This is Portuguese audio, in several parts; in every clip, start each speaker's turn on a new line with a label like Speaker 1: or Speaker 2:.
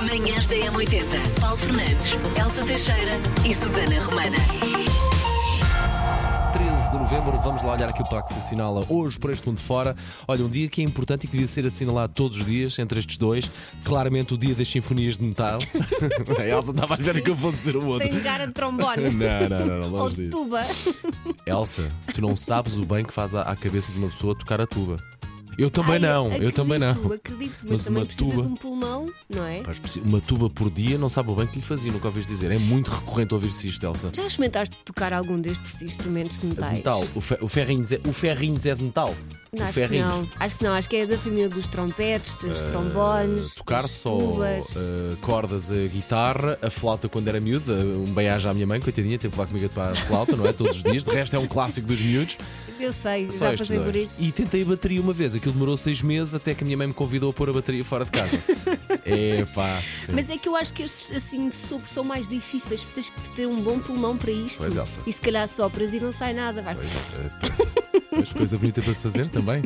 Speaker 1: Manhãs da M80. Paulo Fernandes, Elsa Teixeira e Susana Romana.
Speaker 2: 13 de novembro, vamos lá olhar aquilo para que se assinala hoje por este mundo fora. Olha, um dia que é importante e que devia ser assinalado todos os dias, entre estes dois. Claramente o dia das sinfonias de metal. a Elsa estava a ver que eu fosse dizer o outro.
Speaker 3: Tem cara de trombone.
Speaker 2: Não, não, não, não,
Speaker 3: Ou
Speaker 2: longe
Speaker 3: de
Speaker 2: disso.
Speaker 3: tuba.
Speaker 2: Elsa, tu não sabes o bem que faz à, à cabeça de uma pessoa tocar a tuba. Eu também
Speaker 3: Ai,
Speaker 2: não, eu
Speaker 3: acredito,
Speaker 2: também não.
Speaker 3: Acredito, mas,
Speaker 2: Mas
Speaker 3: também
Speaker 2: uma
Speaker 3: precisas
Speaker 2: tuba.
Speaker 3: de um pulmão, não é?
Speaker 2: Mas preci- Uma tuba por dia não sabe o bem que lhe fazia, nunca ouviste dizer. É muito recorrente ouvir-se isto, Elsa.
Speaker 3: Já experimentaste tocar algum destes instrumentos de metais?
Speaker 2: Metal, o, fe, o, ferrinhos é, o ferrinhos é de metal.
Speaker 3: Não,
Speaker 2: o
Speaker 3: acho que
Speaker 2: ferrinhos.
Speaker 3: não. Acho que não. Acho que é da família dos trompetes, dos trombones,
Speaker 2: Ah, tocar
Speaker 3: das
Speaker 2: só
Speaker 3: tubas.
Speaker 2: eh, cordas, a guitarra, a flauta quando era miúdo, eh, um beijo à minha mãe, coitadinha, teve que levar comigo para a flauta, não é? Todos os dias, de resto é um clássico dos miúdos.
Speaker 3: Eu sei,
Speaker 2: ah, Só
Speaker 3: já
Speaker 2: estes
Speaker 3: passei por
Speaker 2: dois.
Speaker 3: isso.
Speaker 2: E tentei a bateria uma vez, aquilo demorou seis meses até que a minha mãe me convidou a pôr a bateria fora de casa. Epá, sim.
Speaker 3: Mas é que eu acho que estes assim de sopro são mais difíceis, porque tens que ter um bom pulmão para isto.
Speaker 2: Pois, Elsa.
Speaker 3: e se calhar sopras e não sai nada. Vai.
Speaker 2: Mas eh, coisa bonita para se fazer também.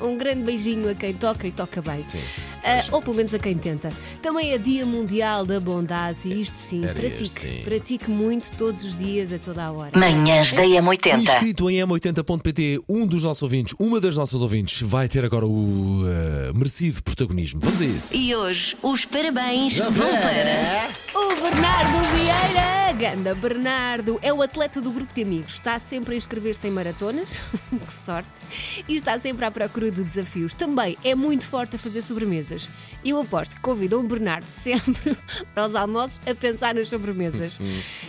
Speaker 3: Um grande beijinho a quem toca e toca bem.
Speaker 2: Sim.
Speaker 3: Ah, ou pelo menos a quem tenta. Também é Dia Mundial da Bondade e isto sim,
Speaker 2: Era
Speaker 3: pratique.
Speaker 2: este, sim.
Speaker 3: Pratique muito todos os dias, a toda a hora.
Speaker 1: Manhãs da M80.
Speaker 2: Inscrito em m80.pt, um dos nossos ouvintes, uma das nossas ouvintes, vai ter agora o eh, merecido protagonismo. Vamos a isso.
Speaker 1: E hoje os parabéns
Speaker 2: Já
Speaker 1: vão
Speaker 2: vai.
Speaker 1: para.
Speaker 3: O Bernardo Vieira, ganda Bernardo, é o atleta do grupo de amigos. Está sempre a inscrever-se em maratonas, que sorte, e está sempre à procura de desafios. Também é muito forte a fazer sobremesas. Eu aposto que convidam o Bernardo sempre para os almoços a pensar nas sobremesas.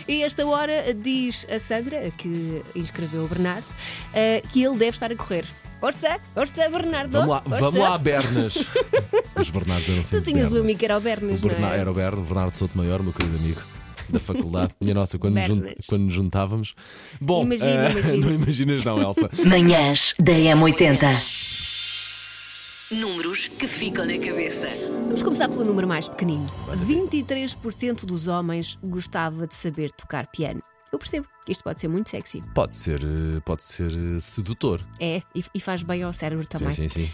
Speaker 3: e esta hora diz a Sandra, que inscreveu o Bernardo, eh, que ele deve estar a correr. Orça, orça, Bernardo!
Speaker 2: Vamos lá,
Speaker 3: orça.
Speaker 2: vamos lá, Bernas. Os Bernardos eram
Speaker 3: Tu
Speaker 2: sempre
Speaker 3: tinhas um
Speaker 2: Bernas.
Speaker 3: amigo que era o Bernas,
Speaker 2: O Berna-
Speaker 3: não é?
Speaker 2: Era o Berno, o Bernardo Souto Maior, meu querido amigo da faculdade. Minha nossa, quando, nos jun-
Speaker 3: Bernas.
Speaker 2: quando nos juntávamos. Bom,
Speaker 3: Imagina,
Speaker 2: eh,
Speaker 3: imagina.
Speaker 2: não imaginas, não, Elsa.
Speaker 1: Manhãs da M80. Números que ficam na cabeça.
Speaker 3: Vamos começar pelo número mais pequenino. 23% dos homens gostava de saber tocar piano. Eu percebo que isto pode ser muito sexy.
Speaker 2: Pode ser, eh, pode ser eh, sedutor.
Speaker 3: É, e, e faz bem ao cérebro também.
Speaker 2: Sim, sim, sim.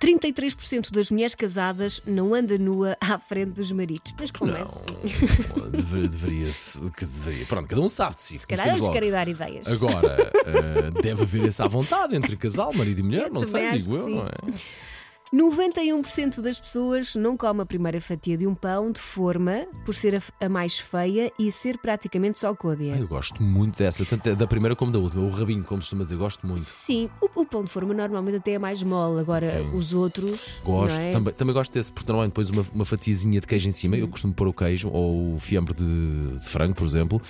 Speaker 3: 33% das mulheres casadas não anda nua à frente dos maridos. Mas assim? comece.
Speaker 2: Deve- deveria-se. que deveria. Pronto, cada um sabe de si.
Speaker 3: Se calhar é
Speaker 2: Comecemos
Speaker 3: eles
Speaker 2: logo.
Speaker 3: querem dar ideias.
Speaker 2: Agora, eh, deve haver essa à vontade entre casal, marido e mulher,
Speaker 3: Eu
Speaker 2: não
Speaker 3: também
Speaker 2: sei,
Speaker 3: acho
Speaker 2: digo
Speaker 3: que
Speaker 2: eu,
Speaker 3: sim.
Speaker 2: não é?
Speaker 3: 91% das pessoas não come a primeira fatia de um pão de forma por ser a, a mais feia e ser praticamente só côdea.
Speaker 2: Eu gosto muito dessa, tanto é da primeira como da última. O rabinho, como costuma dizer, gosto muito.
Speaker 3: Sim, o, o pão de forma normalmente até é mais mole, agora os outros.
Speaker 2: Gosto,
Speaker 3: não é?
Speaker 2: também, também gosto desse, porque normalmente depois uma, uma fatiazinha de queijo em cima, eu costumo pôr o queijo ou o fiambre de, de frango, por exemplo.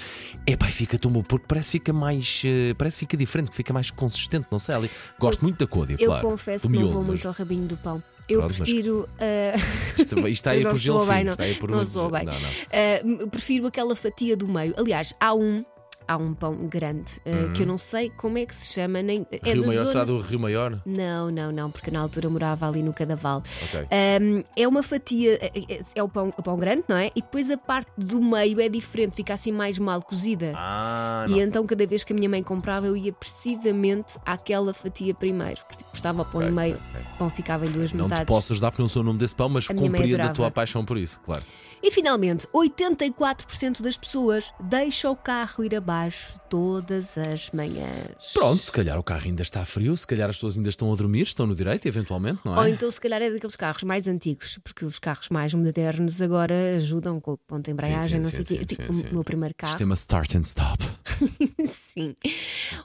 Speaker 2: É pá, fica tão bom, porque parece que fica mais. eh, Parece que fica diferente, que fica mais consistente, não sei. Ali. Gosto muito da côdea,
Speaker 3: Eu
Speaker 2: claro.
Speaker 3: confesso
Speaker 2: do
Speaker 3: que não
Speaker 2: miolo,
Speaker 3: vou
Speaker 2: mas
Speaker 3: muito ao rabinho do pão. Eu
Speaker 2: Pronto, mas-
Speaker 3: prefiro. ah,
Speaker 2: Isto, isto está aí
Speaker 3: eu não
Speaker 2: por gelo
Speaker 3: sou bem,
Speaker 2: fino.
Speaker 3: não,
Speaker 2: está aí por
Speaker 3: não sou bem.
Speaker 2: Não, não.
Speaker 3: Ah, m- prefiro aquela fatia do meio. Aliás, há um. Há um pão grande ah, que eu não sei como é que se chama, nem.
Speaker 2: Uhum.
Speaker 3: É
Speaker 2: Rio
Speaker 3: da
Speaker 2: Maior,
Speaker 3: zona...
Speaker 2: será do Rio Maior?
Speaker 3: Não, não, não, porque na altura eu morava ali no Cadaval.
Speaker 2: Ok.
Speaker 3: Ahm, é uma fatia, é- é- é o pão, o pão grande, não é? E depois a parte do meio é diferente, fica assim mais mal cozida.
Speaker 2: Ah,
Speaker 3: E então, cada vez que a minha mãe comprava, eu ia precisamente àquela fatia primeiro, que custava pão e meio, o pão ficava em duas
Speaker 2: não te
Speaker 3: metades.
Speaker 2: posso ajudar porque não sou o nome desse pão, mas
Speaker 3: A minha mãe
Speaker 2: compreendo a
Speaker 3: adorava.
Speaker 2: tua paixão por isso, claro.
Speaker 3: E finalmente, 84% das pessoas deixam o carro ir abaixo todas as manhãs.
Speaker 2: Pronto, se calhar o carro ainda está frio, se calhar as pessoas ainda estão a dormir, estão no direito, eventualmente, não é?
Speaker 3: Ou então, se calhar, é daqueles carros mais antigos, porque os carros mais modernos agora ajudam com o ponto de embreagem,
Speaker 2: sim,
Speaker 3: não
Speaker 2: sim,
Speaker 3: sei o quê.
Speaker 2: sim,
Speaker 3: Eu tive
Speaker 2: sim,
Speaker 3: o
Speaker 2: sim.
Speaker 3: meu primeiro carro.
Speaker 2: Sistema start and stop.
Speaker 3: Sim,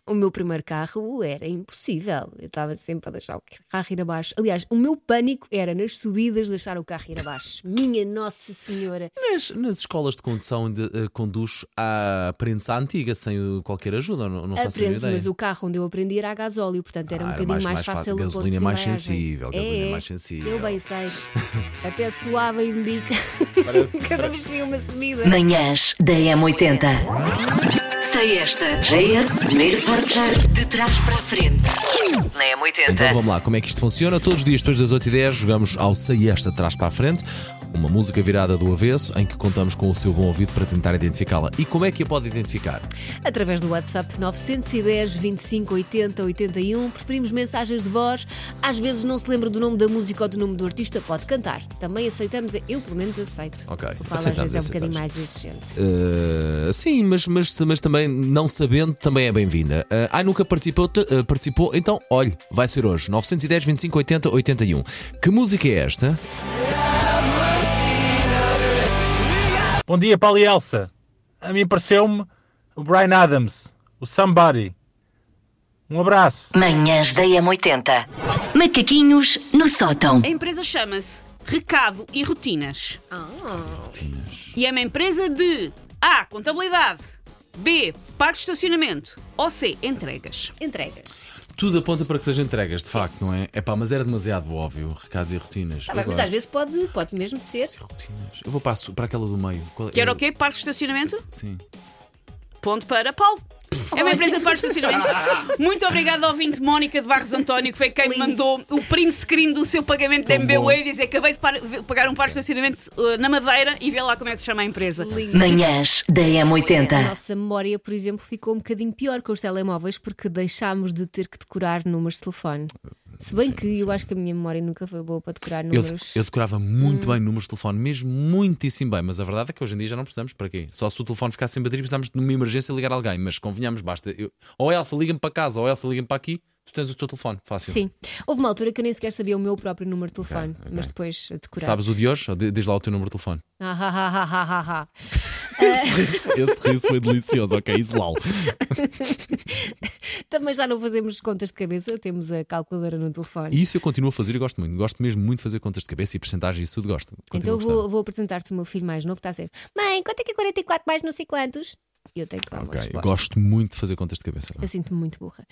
Speaker 3: o meu primeiro carro era impossível. Eu estava sempre a deixar o carro ir abaixo. Aliás, o meu pânico era nas subidas deixar o carro ir abaixo. Minha Nossa Senhora!
Speaker 2: Nas, nas escolas de condução ainda eh, conduz à prensa antiga sem o- qualquer ajuda, não, não faço a mínima
Speaker 3: Aprende,
Speaker 2: ideia.
Speaker 3: mas o carro onde eu aprendi era a gasóleo, portanto era
Speaker 2: Ah,
Speaker 3: um
Speaker 2: era
Speaker 3: bocadinho
Speaker 2: mais-
Speaker 3: mais,
Speaker 2: mais fácil.
Speaker 3: fácil. o
Speaker 2: Gasolina
Speaker 3: ponto de
Speaker 2: é mais
Speaker 3: embreagem.
Speaker 2: sensível, gasolina é mais sensível.
Speaker 3: Eu bem sei. Até suava em bica. Cada vez que vinha uma subida.
Speaker 1: Manhãs da M80. Sei esta. JS, primeiro forte de trás para a frente. Na M80.
Speaker 2: Então vamos lá, como é que isto funciona? Todos os dias, depois das 8h10, jogamos ao Sei Esta Trás para a Frente. Uma música virada do avesso em que contamos com o seu bom ouvido para tentar identificá-la. E como é que a pode identificar?
Speaker 3: Através do WhatsApp 910 25 80 81, preferimos mensagens de voz. Às vezes não se lembra do nome da música ou do nome do artista, pode cantar. Também aceitamos, eu pelo menos aceito.
Speaker 2: Ok,
Speaker 3: O Paulo às
Speaker 2: aceitamos,
Speaker 3: vezes é um bocadinho
Speaker 2: aceitamos.
Speaker 3: mais exigente.
Speaker 2: Eh, sim, mas, mas, mas também não sabendo, também é bem-vinda. Eh, ah, nunca participou, te- eh, participou? Então, olhe, vai ser hoje. 910 25 80 81. Que música é esta?
Speaker 4: Bom dia, Paulo e Elsa. A mim pareceu-me o Brian Adams, o Somebody. Um abraço.
Speaker 1: Manhãs da M80. Macaquinhos no sótão.
Speaker 5: A empresa chama-se Recado e Rotinas.
Speaker 2: Rotinas.
Speaker 5: E é uma empresa de A. Contabilidade. B. Parque de estacionamento. Ou C. Entregas.
Speaker 2: Eh,
Speaker 3: Entregas.
Speaker 2: Tudo aponta para que seja entregas, de facto, não é? É pá, mas era demasiado óbvio. Recados e rotinas.
Speaker 3: Tá
Speaker 2: Eu
Speaker 3: bem, mas
Speaker 2: gosto.
Speaker 3: às vezes pode, pode mesmo ser.
Speaker 2: Rotinas. Eu vou para, a su- para aquela do meio. Qual é?
Speaker 5: Que era o quê? Parque de estacionamento?
Speaker 2: Sim.
Speaker 5: Ponto para Paulo. É uma empresa de parque de estacionamento. Muito obrigado ao ouvinte Mónica de Barros António, que foi quem me
Speaker 3: Lindo.
Speaker 5: mandou o print screen do seu pagamento da
Speaker 2: Tão bom.
Speaker 5: MBWay e dizer que acabei de par- pagar um parque de estacionamento eh, na Madeira e vê lá como é que se chama a empresa.
Speaker 3: Lindo.
Speaker 1: Manhãs da
Speaker 3: A
Speaker 1: M80.
Speaker 3: nossa memória, por exemplo, ficou um bocadinho pior com os telemóveis porque deixámos de ter que decorar números de telefone. Se bem que eu acho que a minha memória nunca foi boa para decorar
Speaker 2: Eu,
Speaker 3: números. Hum.
Speaker 2: eu decorava muito bem números de telefone, mesmo muitíssimo bem, mas a verdade é que hoje em dia já não precisamos para quê? Só se o telefone ficar sem bateria, precisamos de numa emergência ligar alguém, mas convenhamos, basta. Eu, ou Elsa, liga-me para casa, ou Elsa, liga-me para aqui, tu tens o teu telefone, fácil.
Speaker 3: Sim. Houve uma altura que eu nem sequer sabia o meu próprio número de telefone,
Speaker 2: ok.
Speaker 3: mas depois decorava.
Speaker 2: Sabes o de hoje? Ou di- Diz lá o teu número de telefone.
Speaker 3: Ah, ah, ah, ah, ah, ah, ah.
Speaker 2: Esse riso foi delicioso, ok? Islau.
Speaker 3: Também já não fazemos contas de cabeça, temos a calculadora no telefone.
Speaker 2: E isso eu continuo a fazer e gosto muito. Gosto mesmo muito de fazer contas de cabeça e percentagem e isso tudo gosto. Continuo
Speaker 3: então eu
Speaker 2: a
Speaker 3: vou,
Speaker 2: gostar.
Speaker 3: vou apresentar-te o meu filho mais novo, está sempre. Mãe, quanto é que é 44 mais não sei quantos? E eu tenho que dar uma
Speaker 2: Ok, eu
Speaker 3: resposta.
Speaker 2: gosto muito de fazer contas de cabeça.
Speaker 3: Eu sinto-me muito burra.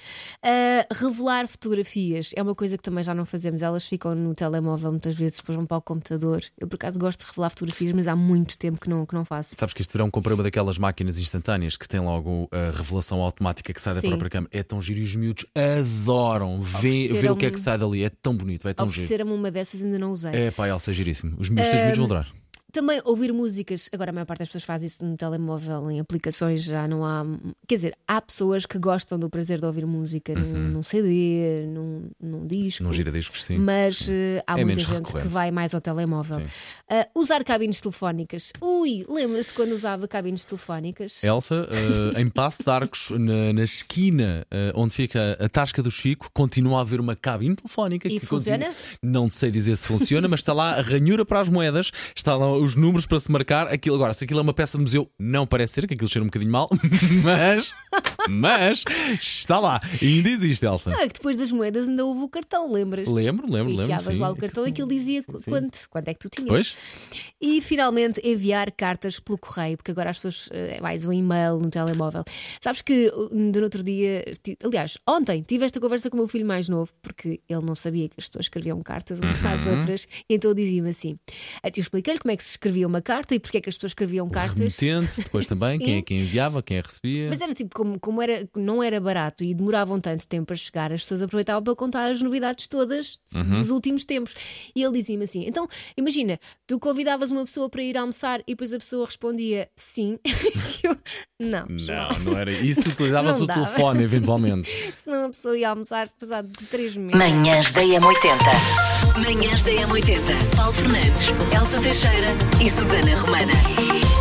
Speaker 3: Ah, revelar fotografias é uma coisa que também já não fazemos. Elas ficam no telemóvel muitas vezes, depois vão para o computador. Eu, por acaso, gosto de revelar fotografias, mas há muito tempo que não, que não faço.
Speaker 2: Sabes que este verão comprei uma daquelas máquinas instantâneas que tem logo a revelação automática que sai
Speaker 3: Sim.
Speaker 2: da própria câmera. É tão giro e os miúdos adoram ver, ver o que é que sai dali. É tão bonito, é tão giro.
Speaker 3: Ofereceram-me uma dessas ainda não usei.
Speaker 2: É pá, Elsa, é giríssimo. Os meus teus miúdos vão adorar.
Speaker 3: Também ouvir músicas, agora a maior parte das pessoas faz isso no telemóvel, em aplicações já não há. Quer dizer, há pessoas que gostam do prazer de ouvir música
Speaker 2: Uhum.
Speaker 3: num, num CD, num, num disco.
Speaker 2: Não gira discos, sim.
Speaker 3: Mas eh, há
Speaker 2: É
Speaker 3: muita
Speaker 2: menos
Speaker 3: gente
Speaker 2: recorrente.
Speaker 3: que vai mais ao telemóvel. Ah, usar cabines telefónicas. Ui, lembra-se quando usava cabines telefónicas?
Speaker 2: Elsa, eh, em Passo de Arcos, na, na esquina eh, onde fica a Tasca do Chico, continua a haver uma cabine telefónica.
Speaker 3: E
Speaker 2: que continua-
Speaker 3: funciona?
Speaker 2: Não sei dizer se funciona, mas está lá a ranhura para as moedas, está lá os números para se marcar. Aquilo, agora, se aquilo é uma peça de museu, não parece ser, que aquilo cheira um bocadinho mal, mas, mas está lá. E ainda existe, Elsa.
Speaker 3: Ah, que depois das moedas ainda houve o cartão, lembras?
Speaker 2: Lembro, lembro, lembro,
Speaker 3: Enfiavas
Speaker 2: sim.
Speaker 3: lá o cartão e aquilo dizia quanto, quanto é que tu tinhas.
Speaker 2: Pois?
Speaker 3: E finalmente enviar cartas pelo correio, porque agora as pessoas. eh, É mais um e-mail no telemóvel. Sabes que uh, no outro dia. ti- Aliás, ontem tive esta conversa com o meu filho mais novo, porque ele não sabia que as pessoas escreviam cartas umas às
Speaker 2: Uhum.
Speaker 3: outras. Então eu dizia-me assim: "Ah, eu expliquei-lhe como é que se escrevia uma carta e porque é que as pessoas escreviam cartas.
Speaker 2: Metente, depois também, quem é
Speaker 3: Sim.
Speaker 2: que enviava, quem a recebia.
Speaker 3: Mas era tipo, como, como era, não era barato e demoravam tanto tempo para chegar, as pessoas aproveitavam para contar as novidades todas dos últimos tempos. E ele dizia-me assim: então, imagina, tu convidavas uma pessoa para ir almoçar e depois a pessoa respondia sim. e eu, não, João,
Speaker 2: Não, não era isso. Utilizava-se
Speaker 3: Não
Speaker 2: o
Speaker 3: dava.
Speaker 2: telefone, eventualmente.
Speaker 3: senão a pessoa ia almoçar passado de três meses.
Speaker 1: Manhãs da M80. Manhãs da M80. Paulo Fernandes, Elsa Teixeira e Susana Romana.